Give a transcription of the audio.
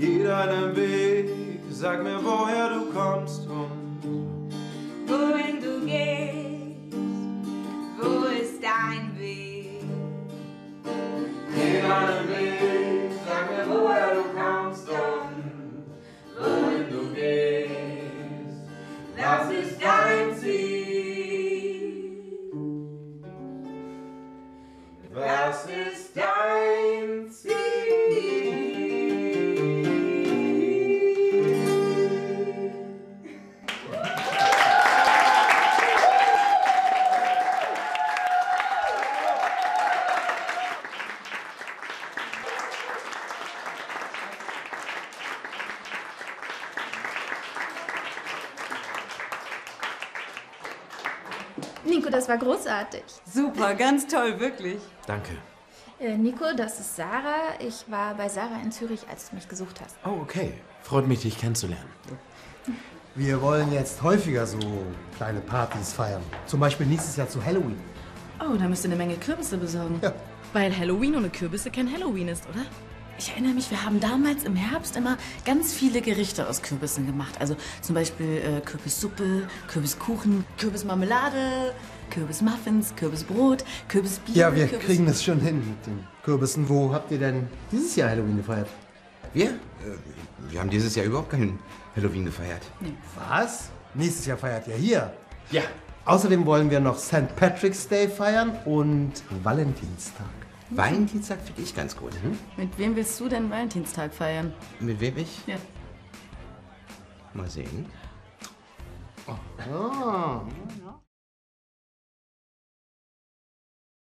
deinen Weg, sag mir, woher du kommst und wohin du gehst, wo ist dein Weg? geh deinen Weg, sag mir, woher du kommst und wohin du gehst. Was ist dein Ziel? Was ist dein Ziel? Nico, das war großartig. Super, ganz toll, wirklich. Danke. Äh, Nico, das ist Sarah. Ich war bei Sarah in Zürich, als du mich gesucht hast. Oh, okay. Freut mich, dich kennenzulernen. Wir wollen jetzt häufiger so kleine Partys feiern. Zum Beispiel nächstes Jahr zu Halloween. Oh, da müsst ihr eine Menge Kürbisse besorgen. Ja. Weil Halloween ohne Kürbisse kein Halloween ist, oder? Ich erinnere mich, wir haben damals im Herbst immer ganz viele Gerichte aus Kürbissen gemacht. Also zum Beispiel äh, Kürbissuppe, Kürbiskuchen, Kürbismarmelade, Kürbismuffins, Kürbisbrot, Kürbisbier. Ja, wir Kürbis- kriegen es schon hin mit den Kürbissen. Wo habt ihr denn dieses Jahr Halloween gefeiert? Wir? Äh, Wir haben dieses Jahr überhaupt keinen Halloween gefeiert. Was? Nächstes Jahr feiert ihr hier. Ja. Außerdem wollen wir noch St. Patrick's Day feiern und Valentinstag. Valentinstag finde ich ganz gut. Mit wem willst du denn Valentinstag feiern? Mit wem ich? Ja. Mal sehen. Ah,